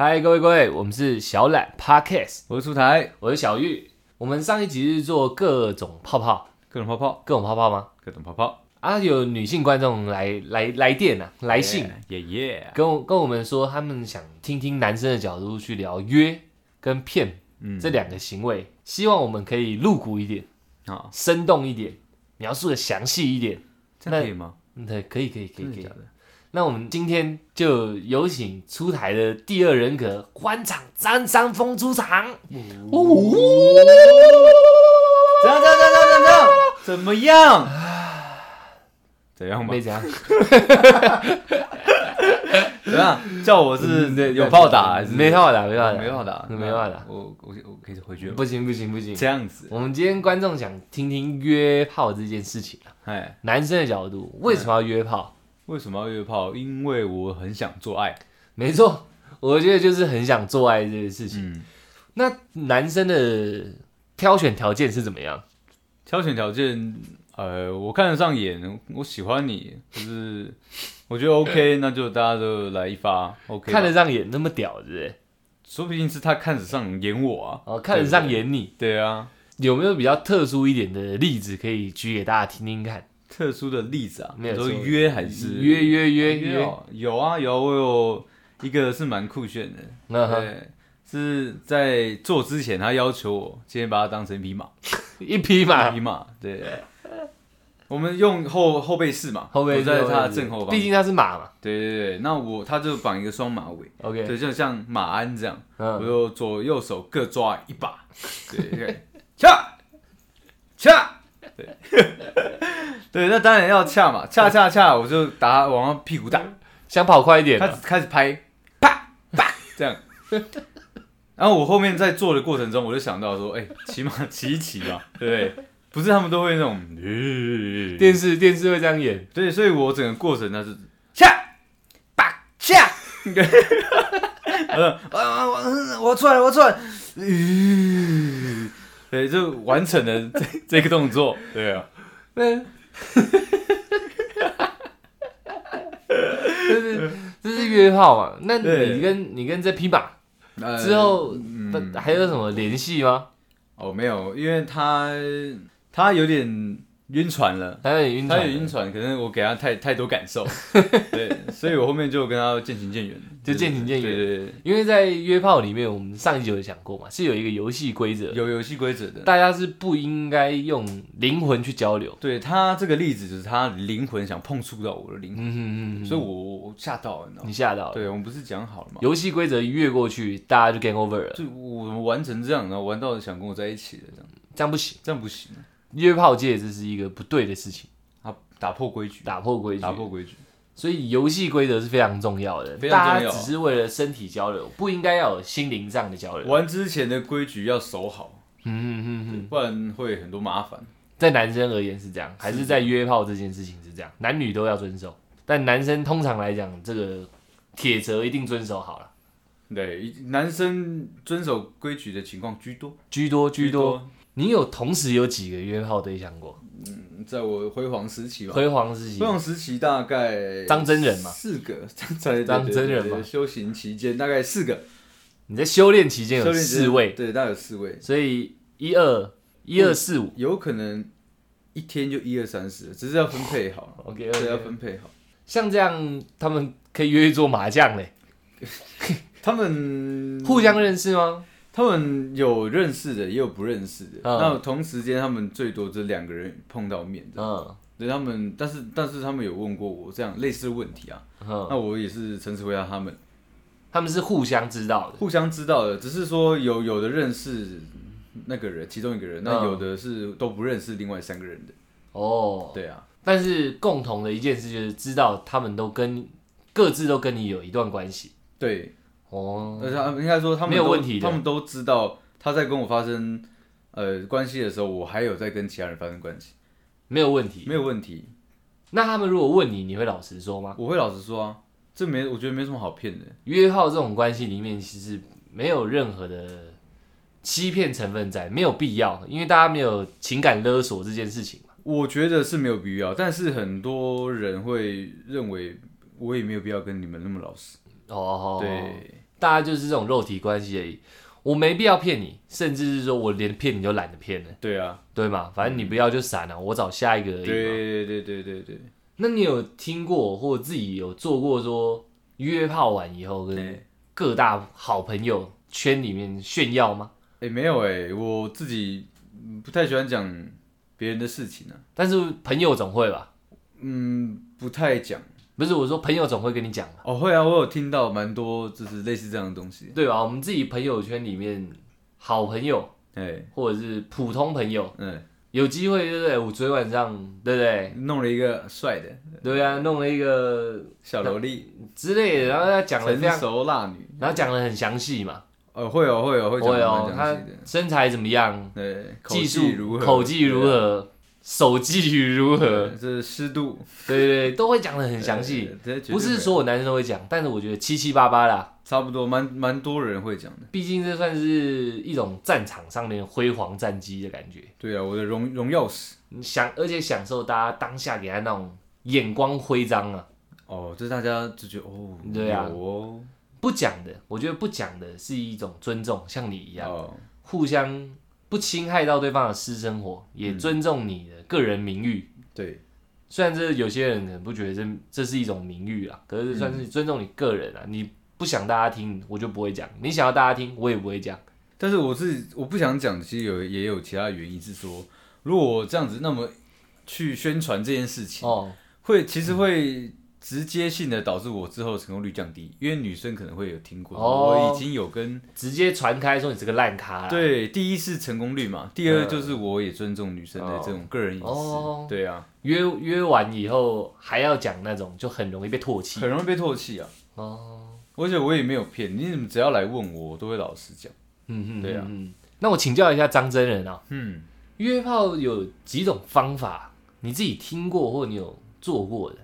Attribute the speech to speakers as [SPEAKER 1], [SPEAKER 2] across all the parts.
[SPEAKER 1] 嗨，各位各位，我们是小懒 Podcast，
[SPEAKER 2] 我是出台，
[SPEAKER 1] 我是小玉。我们上一集是做各种泡泡，
[SPEAKER 2] 各种泡泡，
[SPEAKER 1] 各种泡泡吗？
[SPEAKER 2] 各种泡泡，
[SPEAKER 1] 啊，有女性观众来来来电啊，来信
[SPEAKER 2] 耶耶，
[SPEAKER 1] 跟我跟我们说，他们想听听男生的角度去聊约跟骗
[SPEAKER 2] 嗯
[SPEAKER 1] 这两个行为，希望我们可以露骨一点，
[SPEAKER 2] 好，
[SPEAKER 1] 生动一点，描述的详细一点。
[SPEAKER 2] 这样可以吗？
[SPEAKER 1] 嗯，对，可以可以可以
[SPEAKER 2] 真
[SPEAKER 1] 可
[SPEAKER 2] 的
[SPEAKER 1] 以
[SPEAKER 2] 假。的？
[SPEAKER 1] 那我们今天就有请出台的第二人格官场张三丰出场。哦
[SPEAKER 2] 怎样怎样怎样怎样怎么样？怎样吧
[SPEAKER 1] 没？怎样，
[SPEAKER 2] 怎样？叫我是 有炮打还是
[SPEAKER 1] 嗯没炮打，没炮打，
[SPEAKER 2] 没炮打，
[SPEAKER 1] 没炮打。
[SPEAKER 2] 我我我可以回绝吗？
[SPEAKER 1] 不行不行不行，
[SPEAKER 2] 这样子，
[SPEAKER 1] 我们今天观众想听听约炮这件事情啊，
[SPEAKER 2] 哎，
[SPEAKER 1] 男生的角度为什么要约炮？
[SPEAKER 2] 为什么要约炮？因为我很想做爱。
[SPEAKER 1] 没错，我觉得就是很想做爱这件事情。
[SPEAKER 2] 嗯，
[SPEAKER 1] 那男生的挑选条件是怎么样？
[SPEAKER 2] 挑选条件，呃，我看得上眼，我喜欢你，就是我觉得 OK，那就大家就来一发 OK 吧。
[SPEAKER 1] 看得上眼那么屌，是不是？
[SPEAKER 2] 说不定是他看得上演我啊。
[SPEAKER 1] 哦，看得上眼你，
[SPEAKER 2] 对啊，
[SPEAKER 1] 有没有比较特殊一点的例子可以举给大家听听看？
[SPEAKER 2] 特殊的例子啊，
[SPEAKER 1] 没有
[SPEAKER 2] 你说
[SPEAKER 1] 错
[SPEAKER 2] 约还是
[SPEAKER 1] 约约约
[SPEAKER 2] 约
[SPEAKER 1] 约，
[SPEAKER 2] 哦？有啊有啊，我有一个是蛮酷炫的，
[SPEAKER 1] 那哈
[SPEAKER 2] 对，是在做之前他要求我今天把它当成一 匹马，
[SPEAKER 1] 一匹
[SPEAKER 2] 一
[SPEAKER 1] 马
[SPEAKER 2] 匹马，对。我们用后后背式嘛，
[SPEAKER 1] 后背
[SPEAKER 2] 我在他的正后方，
[SPEAKER 1] 毕竟他是马嘛。
[SPEAKER 2] 对对对，那我他就绑一个双马尾，
[SPEAKER 1] OK，
[SPEAKER 2] 对，就像马鞍这样，我
[SPEAKER 1] 嗯，
[SPEAKER 2] 就左右手各抓一把，对对，恰恰，对 对，那当然要恰嘛，恰恰恰，我就打往他屁股打，
[SPEAKER 1] 想跑快一点
[SPEAKER 2] 他
[SPEAKER 1] 啊，
[SPEAKER 2] 只开始拍，啪啪这样。 然后我后面在做的过程中，我就想到说，哎、骑马骑一骑嘛，对不对？不是他们都会那种，
[SPEAKER 1] 电视电视会这样演，
[SPEAKER 2] 对，所以我整个过程它是下把 下，呃，我我我出来了，我出来了，呃 对，就完成了这这个动作，对啊，
[SPEAKER 1] 嗯，这是这是约炮嘛？那
[SPEAKER 2] 对
[SPEAKER 1] 你跟你跟这匹马
[SPEAKER 2] 呃
[SPEAKER 1] 之后、
[SPEAKER 2] 嗯
[SPEAKER 1] 还有什么联系吗？
[SPEAKER 2] 哦没有，因为他他有点晕船了。
[SPEAKER 1] 他有点晕
[SPEAKER 2] 他
[SPEAKER 1] 船
[SPEAKER 2] 有
[SPEAKER 1] 了，
[SPEAKER 2] 晕船，可能我给他太太多感 受，对，所以我后面就跟他渐行渐远，
[SPEAKER 1] 就渐行渐远
[SPEAKER 2] 对对
[SPEAKER 1] 因为在约炮里面，我们上一集有讲过嘛，是有一个游戏规则
[SPEAKER 2] 对，，有游戏规则的。
[SPEAKER 1] 大家是不应该用灵魂去交流。
[SPEAKER 2] 对他这个例子，就是他灵魂想碰触到我的灵魂。
[SPEAKER 1] 嗯嗯嗯，
[SPEAKER 2] 所以我我我吓到了，你知道
[SPEAKER 1] 你
[SPEAKER 2] 吗？
[SPEAKER 1] 吓到了。
[SPEAKER 2] 对，我们不是讲好了吗？
[SPEAKER 1] 游戏规则越过去，大家就 game over 了，
[SPEAKER 2] 就我玩成这样，然后玩到想跟我在一起了，这样
[SPEAKER 1] 这样不行。
[SPEAKER 2] 这样不行
[SPEAKER 1] 约炮界这是一个不对的事情，
[SPEAKER 2] 啊！打破规矩，
[SPEAKER 1] 打破规矩，
[SPEAKER 2] 打破规矩，
[SPEAKER 1] 所以游戏规则是非常重要的，
[SPEAKER 2] 非常重要
[SPEAKER 1] 大家只是为了身体交流，不应该要有心灵上的交流。
[SPEAKER 2] 玩之前的规矩要守好，
[SPEAKER 1] 嗯嗯啊嗯嗯，
[SPEAKER 2] 不然会很多麻烦。
[SPEAKER 1] 在男生而言是这样，还是在约炮这件事情是这样，男女都要遵守，但男生通常来讲，这个铁则一定遵守好了，
[SPEAKER 2] 对，一男生遵守规矩的情况居多，
[SPEAKER 1] 居多居多。，你有同时有几个约炮对象过？
[SPEAKER 2] 嗯在我辉煌时期吧，
[SPEAKER 1] 辉煌时期
[SPEAKER 2] 辉，煌时期大概
[SPEAKER 1] 张真人嘛
[SPEAKER 2] 四个 张真
[SPEAKER 1] 张真人嘛
[SPEAKER 2] 嘛，对修行期间大概四个，
[SPEAKER 1] 你在修炼期间
[SPEAKER 2] 修
[SPEAKER 1] 有
[SPEAKER 2] 炼期
[SPEAKER 1] 四
[SPEAKER 2] 间
[SPEAKER 1] 位，
[SPEAKER 2] 对，大概有四位，
[SPEAKER 1] 所以一二一二四五
[SPEAKER 2] 有可能一天就一二三四了，只是要分配好了，
[SPEAKER 1] ，OK
[SPEAKER 2] 嗯对，啊要
[SPEAKER 1] OK，
[SPEAKER 2] 分配好。
[SPEAKER 1] 像这样他们可以约一桌麻将嘞，
[SPEAKER 2] 他们
[SPEAKER 1] 互相认识吗？
[SPEAKER 2] 他们有认识的，也有不认识的。
[SPEAKER 1] 嗯
[SPEAKER 2] 那同时间，他们最多就是两个人碰到面的。
[SPEAKER 1] 嗯
[SPEAKER 2] 对他们，但是但是他们有问过我这样类似的问题啊。
[SPEAKER 1] 嗯。
[SPEAKER 2] 那我也是诚实回答他们，
[SPEAKER 1] 他们是互相知道的。
[SPEAKER 2] 互相知道的，只是说有有的认识那个人，其中一个人，那
[SPEAKER 1] 嗯
[SPEAKER 2] 有的是都不认识另外三个人的。
[SPEAKER 1] 哦，
[SPEAKER 2] 对啊，
[SPEAKER 1] 但是共同的一件事就是知道他们都跟各自都跟你有一段关系。
[SPEAKER 2] 对，
[SPEAKER 1] 哦，
[SPEAKER 2] 而且呃他们应该说他们
[SPEAKER 1] 没有
[SPEAKER 2] 都
[SPEAKER 1] 问题的
[SPEAKER 2] 他们都知道他在跟我发生呃关系的时候，我还有在跟其他人发生关系，
[SPEAKER 1] 没有问题。
[SPEAKER 2] 没有问题。
[SPEAKER 1] 那他们如果问你，你会老实说吗？
[SPEAKER 2] 我会老实说啊，这没我觉得没什么好骗的。
[SPEAKER 1] 约炮这种关系里面，其实没有任何的欺骗成分在，没有必要，因为大家没有情感勒索这件事情嘛。
[SPEAKER 2] 我觉得是没有必要，但是很多人会认为我也没有必要跟你们那么老实。
[SPEAKER 1] 哦，
[SPEAKER 2] 对，
[SPEAKER 1] 大家就是这种肉体关系而已。我没必要骗你，甚至是说我连骗你都懒得骗了，
[SPEAKER 2] 对啊，
[SPEAKER 1] 对吗？反正你不要就闪了、我找下一个而已嘛。
[SPEAKER 2] 对对对对对
[SPEAKER 1] 那你有听过或自己有做过说约炮完以后
[SPEAKER 2] 对，
[SPEAKER 1] 跟
[SPEAKER 2] 哎
[SPEAKER 1] 各大好朋友圈里面炫耀吗？
[SPEAKER 2] 哎没有哎，我自己嗯不太喜欢讲别人的事情啊，
[SPEAKER 1] 但是朋友总会吧？
[SPEAKER 2] 嗯，不太讲。
[SPEAKER 1] 不是我说朋友总会跟你讲嘛，
[SPEAKER 2] 哦，会啊，我有听到蛮多就是类似这样的东西，
[SPEAKER 1] 对吧？我们自己朋友圈里面好朋友
[SPEAKER 2] 哎
[SPEAKER 1] 或者是普通朋友，
[SPEAKER 2] 嗯，
[SPEAKER 1] 有机会对不对？我昨天晚上对不对？
[SPEAKER 2] 弄了一个帅的
[SPEAKER 1] 对啊，弄了一个
[SPEAKER 2] 小萝莉，
[SPEAKER 1] 之类的，然后他 讲的
[SPEAKER 2] 成
[SPEAKER 1] 非常，
[SPEAKER 2] 熟辣女，
[SPEAKER 1] 然后讲的很详细嘛，
[SPEAKER 2] 哦，会哦会哦会讲
[SPEAKER 1] 会
[SPEAKER 2] 得
[SPEAKER 1] 哦，
[SPEAKER 2] 蛮
[SPEAKER 1] 他
[SPEAKER 2] 详细的，
[SPEAKER 1] 身材怎么样，
[SPEAKER 2] 对，口
[SPEAKER 1] 技术
[SPEAKER 2] 技如何，
[SPEAKER 1] 口技如
[SPEAKER 2] 对啊，
[SPEAKER 1] 何，手技如何，
[SPEAKER 2] 对这是湿度
[SPEAKER 1] 对对对，都会讲的很详细。，
[SPEAKER 2] 对这绝对
[SPEAKER 1] 不是
[SPEAKER 2] 没有
[SPEAKER 1] 所有男生都会讲，但是我觉得七七八八啦，
[SPEAKER 2] 差不多，蛮蛮多人会讲的。
[SPEAKER 1] 毕竟这算是一种战场上面辉煌战绩的感觉。
[SPEAKER 2] 对啊，我的荣荣耀史
[SPEAKER 1] 你享而且享受大家当下给他那种眼光徽章啊，
[SPEAKER 2] 哦，就是大家就觉得哦，
[SPEAKER 1] 对啊
[SPEAKER 2] 有哦，
[SPEAKER 1] 不讲的，我觉得不讲的是一种尊重，像你一样，
[SPEAKER 2] 哦，
[SPEAKER 1] 互相不侵害到对方的私生活，
[SPEAKER 2] 嗯
[SPEAKER 1] 也尊重你的个人名誉。
[SPEAKER 2] 对，
[SPEAKER 1] 虽然这有些人可能不觉得这这是一种名誉啊，可是算是尊重你个人
[SPEAKER 2] 嗯
[SPEAKER 1] 啊。你不想大家听，我就不会讲；你想要大家听，我也不会讲。
[SPEAKER 2] 但是我是我不想讲，其实有也有其他原因是说，如果我这样子那么去宣传这件事情，
[SPEAKER 1] 哦，
[SPEAKER 2] 会其实会直接性的导致我之后成功率降低，因为女生可能会有听过，
[SPEAKER 1] 哦
[SPEAKER 2] 我已经有跟
[SPEAKER 1] 直接传开说你是个烂咖啦。，
[SPEAKER 2] 对，第一是成功率嘛，第二
[SPEAKER 1] 嗯
[SPEAKER 2] 就是我也尊重女生的这种个人隐
[SPEAKER 1] 哦
[SPEAKER 2] 私，对啊，
[SPEAKER 1] 约约完以后还要讲那种，就很容易被唾弃。
[SPEAKER 2] 很容易被唾弃啊。
[SPEAKER 1] 哦，
[SPEAKER 2] 而且我也没有骗你，怎么只要来问我，我都会老实讲。
[SPEAKER 1] 嗯嗯，
[SPEAKER 2] 对啊
[SPEAKER 1] 嗯。那我请教一下张真人啊，
[SPEAKER 2] 嗯，
[SPEAKER 1] 约炮有几种方法？你自己听过或你有做过的？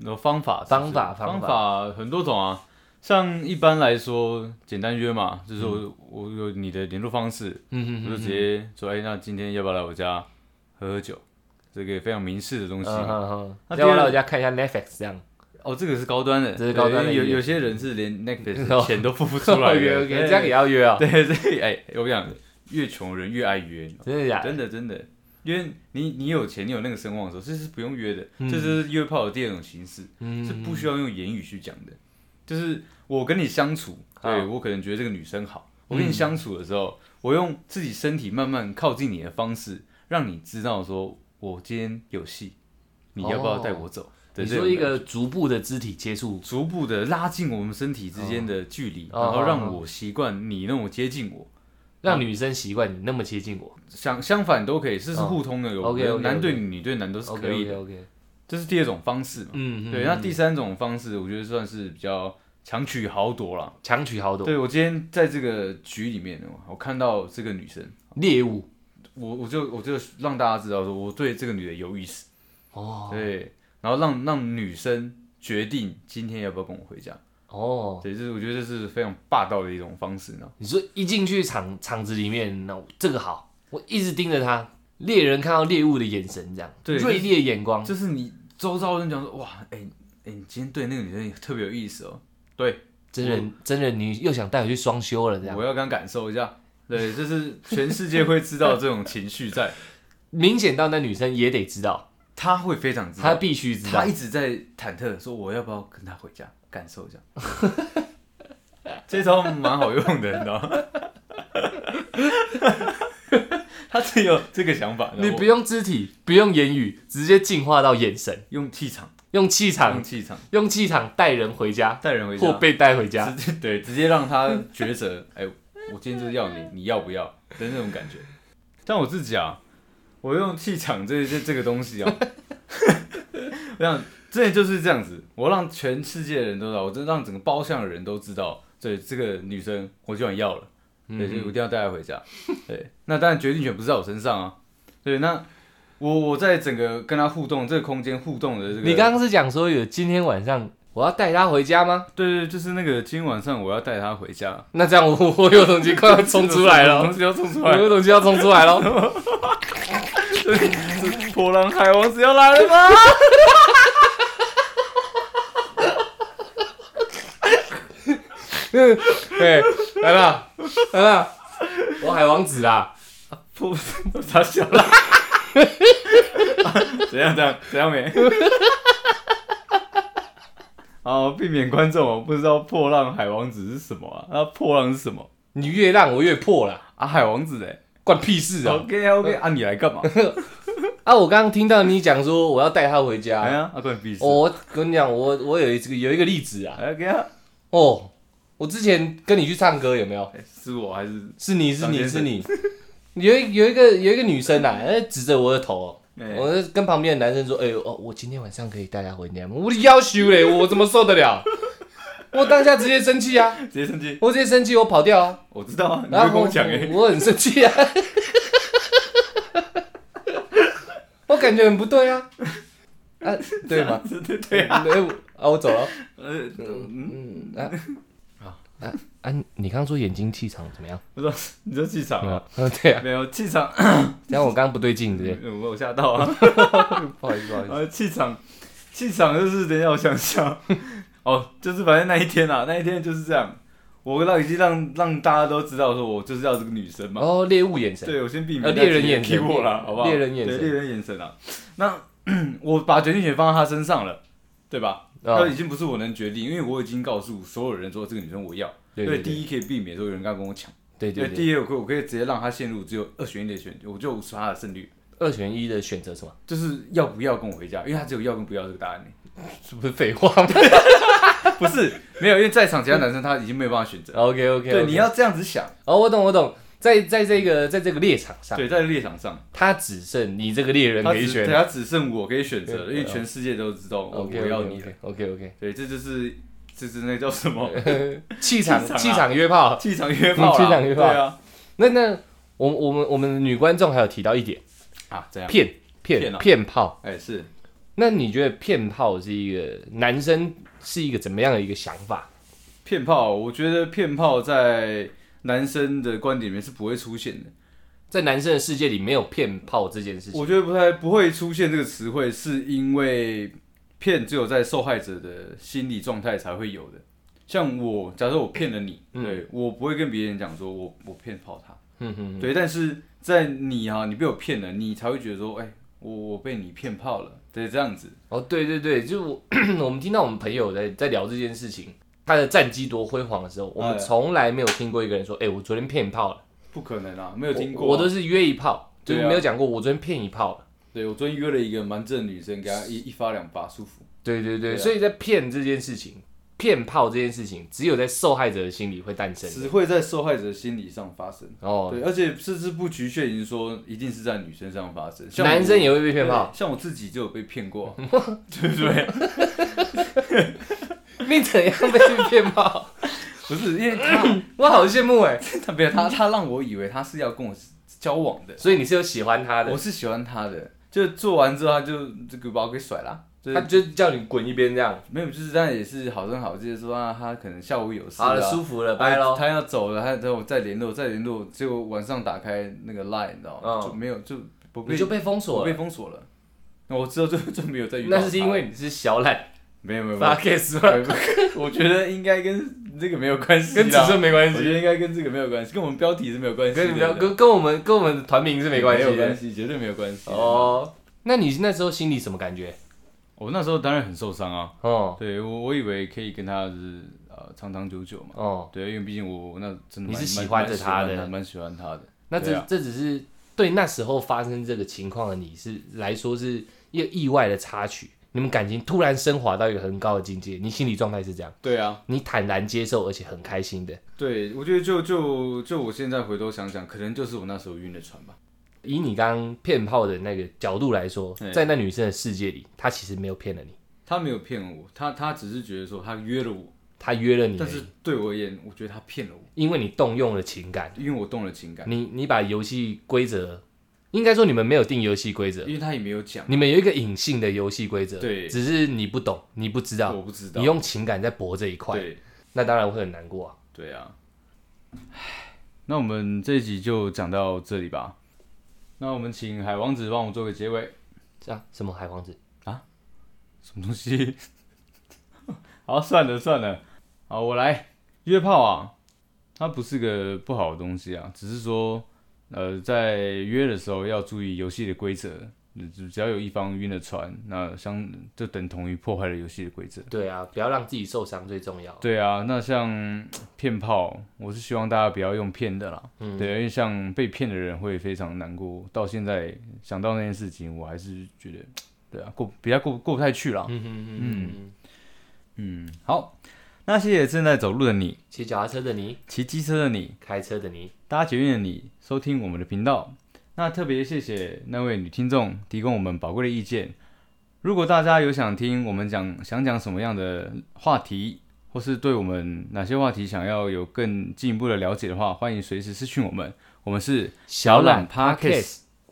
[SPEAKER 2] 有方法是不是
[SPEAKER 1] 方法方
[SPEAKER 2] 方
[SPEAKER 1] 法
[SPEAKER 2] 很多种啊。像一般来说，简单约嘛，就是我、我有你的联络方式，
[SPEAKER 1] 嗯
[SPEAKER 2] 我
[SPEAKER 1] 嗯
[SPEAKER 2] 就直接说，哎、那今天要不要来我家喝喝酒？这个非常明示的东
[SPEAKER 1] 嗯
[SPEAKER 2] 西。
[SPEAKER 1] 嗯嗯，
[SPEAKER 2] 那第二
[SPEAKER 1] 要不要来我家看一下 Netflix 这样？
[SPEAKER 2] 哦，这个是高端的，
[SPEAKER 1] 这是高端的
[SPEAKER 2] 对
[SPEAKER 1] 一
[SPEAKER 2] 因为有
[SPEAKER 1] 点
[SPEAKER 2] 有些人 是连 Netflix
[SPEAKER 1] 哦
[SPEAKER 2] 的钱都付不出 来的。
[SPEAKER 1] 约
[SPEAKER 2] 对
[SPEAKER 1] 这样也要约啊？
[SPEAKER 2] 对，所以哎、我跟你讲，越穷人越爱约，
[SPEAKER 1] 真的假的？
[SPEAKER 2] 真的真的，因为你你有钱，你有那个声望的时候，这是不用约的，
[SPEAKER 1] 嗯
[SPEAKER 2] 这就是约炮的第二种形式，
[SPEAKER 1] 嗯
[SPEAKER 2] 是不需要用言语去讲的。就是我跟你相处，对
[SPEAKER 1] 好
[SPEAKER 2] 我可能觉得这个女生好，我跟你
[SPEAKER 1] 嗯
[SPEAKER 2] 相处的时候，我用自己身体慢慢靠近你的方式，让你知道说我今天有戏，你要不要
[SPEAKER 1] 哦
[SPEAKER 2] 带我走？对
[SPEAKER 1] 你
[SPEAKER 2] 啊这
[SPEAKER 1] 说
[SPEAKER 2] 种
[SPEAKER 1] 一个逐步的肢体接触，
[SPEAKER 2] 逐步的拉近我们身体之间的距离，
[SPEAKER 1] 哦
[SPEAKER 2] 然后
[SPEAKER 1] 哦
[SPEAKER 2] 让
[SPEAKER 1] 哦
[SPEAKER 2] 我习惯你那种接近我。
[SPEAKER 1] 让女生习惯你那么接近我。
[SPEAKER 2] 相相反都可以，这是
[SPEAKER 1] 哦
[SPEAKER 2] 互通的，有
[SPEAKER 1] OK，
[SPEAKER 2] 有
[SPEAKER 1] OK，
[SPEAKER 2] 男
[SPEAKER 1] OK
[SPEAKER 2] 对女，女对男都是可
[SPEAKER 1] OK
[SPEAKER 2] 以
[SPEAKER 1] OK
[SPEAKER 2] 的。
[SPEAKER 1] OK，
[SPEAKER 2] 这是第二种方式嘛？
[SPEAKER 1] 嗯，
[SPEAKER 2] 对，
[SPEAKER 1] 嗯
[SPEAKER 2] 那
[SPEAKER 1] 嗯
[SPEAKER 2] 第三种方式，我觉得算是比较强取豪夺啦。
[SPEAKER 1] 强取豪夺
[SPEAKER 2] 对我今天在这个局里面，我看到这个女生，
[SPEAKER 1] 猎物
[SPEAKER 2] 我我就我就让大家知道说我对这个女的有意思，
[SPEAKER 1] 哦
[SPEAKER 2] 对，然后让让女生决定今天要不要跟我回家。
[SPEAKER 1] 哦，
[SPEAKER 2] 对，这是我觉得这是非常霸道的一种方式呢。
[SPEAKER 1] 你说一进去场场子里面，那我这个好，我一直盯着他，猎人看到猎物的眼神这样，
[SPEAKER 2] 对
[SPEAKER 1] 锐利的眼光，
[SPEAKER 2] 就是你周遭人讲说，哇，哎、哎、你今天对那个女生特别有意思哦。对，
[SPEAKER 1] 真人真人你又想带我去双休了这样
[SPEAKER 2] 啊我，要刚感受一下。对，就是全世界会知道这种情 绪在，
[SPEAKER 1] 明显到那女生也得知道，
[SPEAKER 2] 他会非常知
[SPEAKER 1] 她
[SPEAKER 2] 道，
[SPEAKER 1] 必须知道
[SPEAKER 2] 他一，直在忐忑说我要不要跟他回家感受一 下。这招蛮好用的，你知 道吗？他只有这个想法，
[SPEAKER 1] 你
[SPEAKER 2] 我
[SPEAKER 1] 不用肢体，不用言语，直接进化到眼神，
[SPEAKER 2] 用气场，
[SPEAKER 1] 用气场
[SPEAKER 2] 用，气场
[SPEAKER 1] 用气场带人回家
[SPEAKER 2] 带嗯人回家，
[SPEAKER 1] 或被带 回家。
[SPEAKER 2] 直接对，直接让他抉择。哎、我今天就是要你，你要不要的那种感觉。但我自己啊，我用气场这这这个东西啊， 我想这就是这样子，我让全世界的人都知道，我真的让整个包厢的人都知道，对这个女生我就想要了，
[SPEAKER 1] 嗯
[SPEAKER 2] 对，就一定要带她回家。对，那当然决定权不是在我身上啊。对，那我我在整个跟她互动这个空间互动的这个，
[SPEAKER 1] 你刚刚是讲说有今天晚上我要带她回家吗？
[SPEAKER 2] 对对，就是那个今天晚上我要带她回家。
[SPEAKER 1] 那这样我 我有东西快要冲出来了
[SPEAKER 2] 东，西要冲出
[SPEAKER 1] 我
[SPEAKER 2] 来了，
[SPEAKER 1] 有东西要冲出来了。
[SPEAKER 2] 波浪海王子要来了吗？
[SPEAKER 1] 对，来了，来了，我海王子啊，
[SPEAKER 2] 不，傻笑了。 怎样怎样怎样没？ 哦，避免观众我不知道破浪海王子是什么啊？那破浪是什么
[SPEAKER 1] 你越让我越破啦，
[SPEAKER 2] 啊？海王子嘞
[SPEAKER 1] 关屁事啊！
[SPEAKER 2] ？OK 啊 OK 啊，你来干嘛？
[SPEAKER 1] 啊，我刚刚听到你讲说我要带他回家，
[SPEAKER 2] 哎呀，啊关你屁事！
[SPEAKER 1] 哦我跟你讲，我我有一个有一个例子啊，
[SPEAKER 2] 哎，OK 啊，
[SPEAKER 1] 哦，我之前跟你去唱歌有没有？
[SPEAKER 2] 哎是我还是
[SPEAKER 1] 是你是
[SPEAKER 2] 张
[SPEAKER 1] 你
[SPEAKER 2] 先
[SPEAKER 1] 是
[SPEAKER 2] 生
[SPEAKER 1] 你，有一有一个有一个女 生啊，哎指着我的头、哦。
[SPEAKER 2] 哎
[SPEAKER 1] 我就跟旁边的男生说：“哎、呦，哦，我今天晚上可以带她回家吗？”我的要求嘞，我怎么受得了？我当下直接生气啊！
[SPEAKER 2] 直接生气？
[SPEAKER 1] 我直接生气，我跑掉啊！
[SPEAKER 2] 我知道啊，你
[SPEAKER 1] 然
[SPEAKER 2] 会
[SPEAKER 1] 后
[SPEAKER 2] 跟我讲哎，
[SPEAKER 1] 我很生气啊！我感觉很不对啊！啊，对吧？
[SPEAKER 2] 对对对啊，
[SPEAKER 1] 哎、我啊，我走了。
[SPEAKER 2] 呃嗯，
[SPEAKER 1] 嗯啊啊啊！你刚刚说眼睛气场怎么样？
[SPEAKER 2] 我说你说气场啊，
[SPEAKER 1] 啊， 对啊，
[SPEAKER 2] 没有气场，
[SPEAKER 1] 然后我刚刚不对劲，对不对？
[SPEAKER 2] 嗯我有吓到啊。
[SPEAKER 1] 不好意思，不好意思。
[SPEAKER 2] 呃，气场，气场就是等一下我想想， 哦，就是反正那一天啊，那一天就是这样，我让已经让让大家都知道说我就是要这个女生嘛，
[SPEAKER 1] 哦，猎物眼神，
[SPEAKER 2] 对我先避
[SPEAKER 1] 呃
[SPEAKER 2] 免
[SPEAKER 1] 猎人眼神
[SPEAKER 2] Q 我了，啊好不好？
[SPEAKER 1] 猎人眼神
[SPEAKER 2] 对猎人眼神啊，那 我把决定权放在她身上了，对吧？
[SPEAKER 1] 啊
[SPEAKER 2] 那已经不是我能决定，因为我已经告诉所有人说这个女生我要，
[SPEAKER 1] 对
[SPEAKER 2] 所以
[SPEAKER 1] 对
[SPEAKER 2] 第
[SPEAKER 1] 对
[SPEAKER 2] 一可以避免说有人刚跟我抢，
[SPEAKER 1] 对对
[SPEAKER 2] 那
[SPEAKER 1] 对，
[SPEAKER 2] 第二我可以我可以直接让她陷入只有二选一的选，我就无视她的胜率。
[SPEAKER 1] 二选一的选择什么？
[SPEAKER 2] 就是要不要跟我回家，因为她只有要跟不要这个答案呢。
[SPEAKER 1] 是不是废话吗
[SPEAKER 2] 不是，没有，因为在场其他男生他已经没有办法选择。
[SPEAKER 1] ？OK OK，
[SPEAKER 2] 对，你要这样子想。
[SPEAKER 1] 哦，我懂我懂，在在这个在这个猎场上，
[SPEAKER 2] 对，在猎场上，
[SPEAKER 1] 他只剩你这个猎人
[SPEAKER 2] 他
[SPEAKER 1] 可以
[SPEAKER 2] 只
[SPEAKER 1] 选
[SPEAKER 2] 对。他只剩我可以选择，
[SPEAKER 1] 对
[SPEAKER 2] 因为全世界都知道我我
[SPEAKER 1] OK
[SPEAKER 2] 要你了。
[SPEAKER 1] OK OK OK，
[SPEAKER 2] 对，这就是这是那叫什么
[SPEAKER 1] 气场
[SPEAKER 2] 气场啊
[SPEAKER 1] 气场约炮。
[SPEAKER 2] 气场约炮啦
[SPEAKER 1] 气场约炮
[SPEAKER 2] 对啊
[SPEAKER 1] 那那我我们我们女观众还有提到一点，
[SPEAKER 2] 啊，这样。
[SPEAKER 1] 骗
[SPEAKER 2] 骗
[SPEAKER 1] 骗
[SPEAKER 2] 啊
[SPEAKER 1] 骗炮。
[SPEAKER 2] 哎，是
[SPEAKER 1] 那你觉得骗炮是一个男生是一个怎么样的一个想法？
[SPEAKER 2] 骗炮，我觉得骗炮在男生的观点里面是不会出现的。
[SPEAKER 1] 在男生的世界里没有骗炮这件事情。
[SPEAKER 2] 我觉得不太不会出现这个词汇，是因为骗只有在受害者的心理状态才会有的。像我，假设我骗了你，
[SPEAKER 1] 嗯
[SPEAKER 2] 对我不会跟别人讲说我我骗跑他，
[SPEAKER 1] 嗯哼，
[SPEAKER 2] 对，但是在你啊，你被我骗了，你才会觉得说，哎、我我被你骗炮了，对，这样子，
[SPEAKER 1] 哦，对对对，就 我我们听到我们朋友在在聊这件事情，他的战绩多辉煌的时候，我
[SPEAKER 2] 哎
[SPEAKER 1] 们从来没有听过一个人说，哎、我昨天骗炮了，
[SPEAKER 2] 不可能啊，没有听过啊、
[SPEAKER 1] 我，我都是约一炮，就
[SPEAKER 2] 对啊
[SPEAKER 1] 是没有讲过我昨天骗一炮了。
[SPEAKER 2] 对我昨天约了一个蛮正的女生，给她一一发两发，舒服。
[SPEAKER 1] 对对对，
[SPEAKER 2] 对啊
[SPEAKER 1] 所以在骗这件事情，骗炮这件事情，只有在受害者的心里会诞生。
[SPEAKER 2] 只会在受害者心理上发生，
[SPEAKER 1] 哦，
[SPEAKER 2] 对，而且甚至不局限于说一定是在女生上发生，像
[SPEAKER 1] 男
[SPEAKER 2] 我
[SPEAKER 1] 生也会被骗炮，
[SPEAKER 2] 对像我自己就有被骗 过，对不对？
[SPEAKER 1] 你怎样被骗炮？
[SPEAKER 2] 不是，因为他
[SPEAKER 1] 我好羡慕哎！
[SPEAKER 2] 他没有他，他让我以为他是要跟我交往的，
[SPEAKER 1] 所以你是有喜欢他
[SPEAKER 2] 我
[SPEAKER 1] 的，
[SPEAKER 2] 是喜欢他的，就做完之后他就这个把我给甩了，就
[SPEAKER 1] 他
[SPEAKER 2] 是
[SPEAKER 1] 就叫你滚一边这样。
[SPEAKER 2] 没有，就是但也是好声好气地说啊，他可能下午有事
[SPEAKER 1] 好
[SPEAKER 2] 啊
[SPEAKER 1] 了，舒服了，拜喽。
[SPEAKER 2] 他要走了，他等我再联络，再联络，结果晚上打开那个 line，你知道吗？
[SPEAKER 1] 嗯
[SPEAKER 2] 就没有，就不被
[SPEAKER 1] 你就被封
[SPEAKER 2] 我
[SPEAKER 1] 锁
[SPEAKER 2] 被
[SPEAKER 1] 了，
[SPEAKER 2] 封锁了。那我之后就就没有再遇到
[SPEAKER 1] 那
[SPEAKER 2] 他。
[SPEAKER 1] 是因为你是小懒
[SPEAKER 2] 没有没有没 有
[SPEAKER 1] 发 case 吗？
[SPEAKER 2] 没有，我觉得应该跟这个没有关系啦，
[SPEAKER 1] 跟尺寸没关
[SPEAKER 2] 我
[SPEAKER 1] 系
[SPEAKER 2] 觉，得应该跟这个没有关系，跟我们标题是没有关系的，
[SPEAKER 1] 跟你聊跟跟我们跟我们的团名是没关
[SPEAKER 2] 没
[SPEAKER 1] 系
[SPEAKER 2] 有关
[SPEAKER 1] 的。
[SPEAKER 2] 系，绝对没有关系。哦，
[SPEAKER 1] 哦，那你那时候心里什么感觉？
[SPEAKER 2] 我那时候当然很受伤啊，
[SPEAKER 1] 哦
[SPEAKER 2] 对我我以为可以跟他就是呃长长久久嘛，
[SPEAKER 1] 哦，
[SPEAKER 2] 对，因为毕竟我我那真的
[SPEAKER 1] 你
[SPEAKER 2] 蛮
[SPEAKER 1] 是喜
[SPEAKER 2] 蛮
[SPEAKER 1] 欢
[SPEAKER 2] 蛮
[SPEAKER 1] 着
[SPEAKER 2] 喜
[SPEAKER 1] 他
[SPEAKER 2] 欢
[SPEAKER 1] 的
[SPEAKER 2] 蛮喜欢他的，
[SPEAKER 1] 那
[SPEAKER 2] 对
[SPEAKER 1] 这
[SPEAKER 2] 啊
[SPEAKER 1] 这只是对那时候发生这个情况的你是来说是一个意外的插曲，你们感情突然升华到一个很高的境界，你心理状态是这样，
[SPEAKER 2] 对啊，
[SPEAKER 1] 你坦然接受，而且很开心的。
[SPEAKER 2] 对，我觉得就就就我现在回头想想，可能就是我那时候晕的船吧，
[SPEAKER 1] 以你刚刚骗炮的那个角度来说
[SPEAKER 2] 对，
[SPEAKER 1] 在那女生的世界里，她其实没有骗了你，
[SPEAKER 2] 他没有骗我，他他只是觉得说他约了我，
[SPEAKER 1] 她约了你而
[SPEAKER 2] 但
[SPEAKER 1] 已，
[SPEAKER 2] 是对我而言，我觉得他骗了我，
[SPEAKER 1] 因为你动用了情感。
[SPEAKER 2] 因为我动了情感，
[SPEAKER 1] 你你把游戏规则，应该说你们没有定游戏规则，
[SPEAKER 2] 因为他也没有讲，
[SPEAKER 1] 你们有一个隐性的游戏规则，
[SPEAKER 2] 对
[SPEAKER 1] 只是你不懂，你不知道，
[SPEAKER 2] 我不知
[SPEAKER 1] 啊
[SPEAKER 2] 道
[SPEAKER 1] 你，用情感在搏这一块，
[SPEAKER 2] 对，
[SPEAKER 1] 那当然会很难过啊。
[SPEAKER 2] 对啊，那我们这一集就讲到这里吧。那我们请海王子帮我们做个结尾，
[SPEAKER 1] 这样啊什么海王子？
[SPEAKER 2] 什么东西？好，算了算了，好，我来。约炮啊，它不是个不好的东西啊，只是说，呃，在约的时候要注意游戏的规则，只只要有一方晕了船，那相就等同于破坏了游戏的规则。
[SPEAKER 1] 对啊，不要让自己受伤最重要。
[SPEAKER 2] 对啊，那像骗炮，我是希望大家不要用骗的啦。
[SPEAKER 1] 嗯
[SPEAKER 2] 对，因为像被骗的人会非常难过。到现在想到那件事情，我还是觉得，对啊，过比较过过不太去啦。
[SPEAKER 1] 嗯嗯嗯，
[SPEAKER 2] 嗯，好，那谢谢正在走路的你，
[SPEAKER 1] 骑脚踏车的你，
[SPEAKER 2] 骑机车的你，
[SPEAKER 1] 开车的你，
[SPEAKER 2] 搭捷运的你，收听我们的频道。那特别谢谢那位女听众提供我们宝贵的意见。如果大家有想听我们讲想讲什么样的话题，或是对我们哪些话题想要有更进一步的了解的话，欢迎随时私讯我们。我们是
[SPEAKER 1] 小懒
[SPEAKER 2] 懒 Podcast
[SPEAKER 1] Podcast，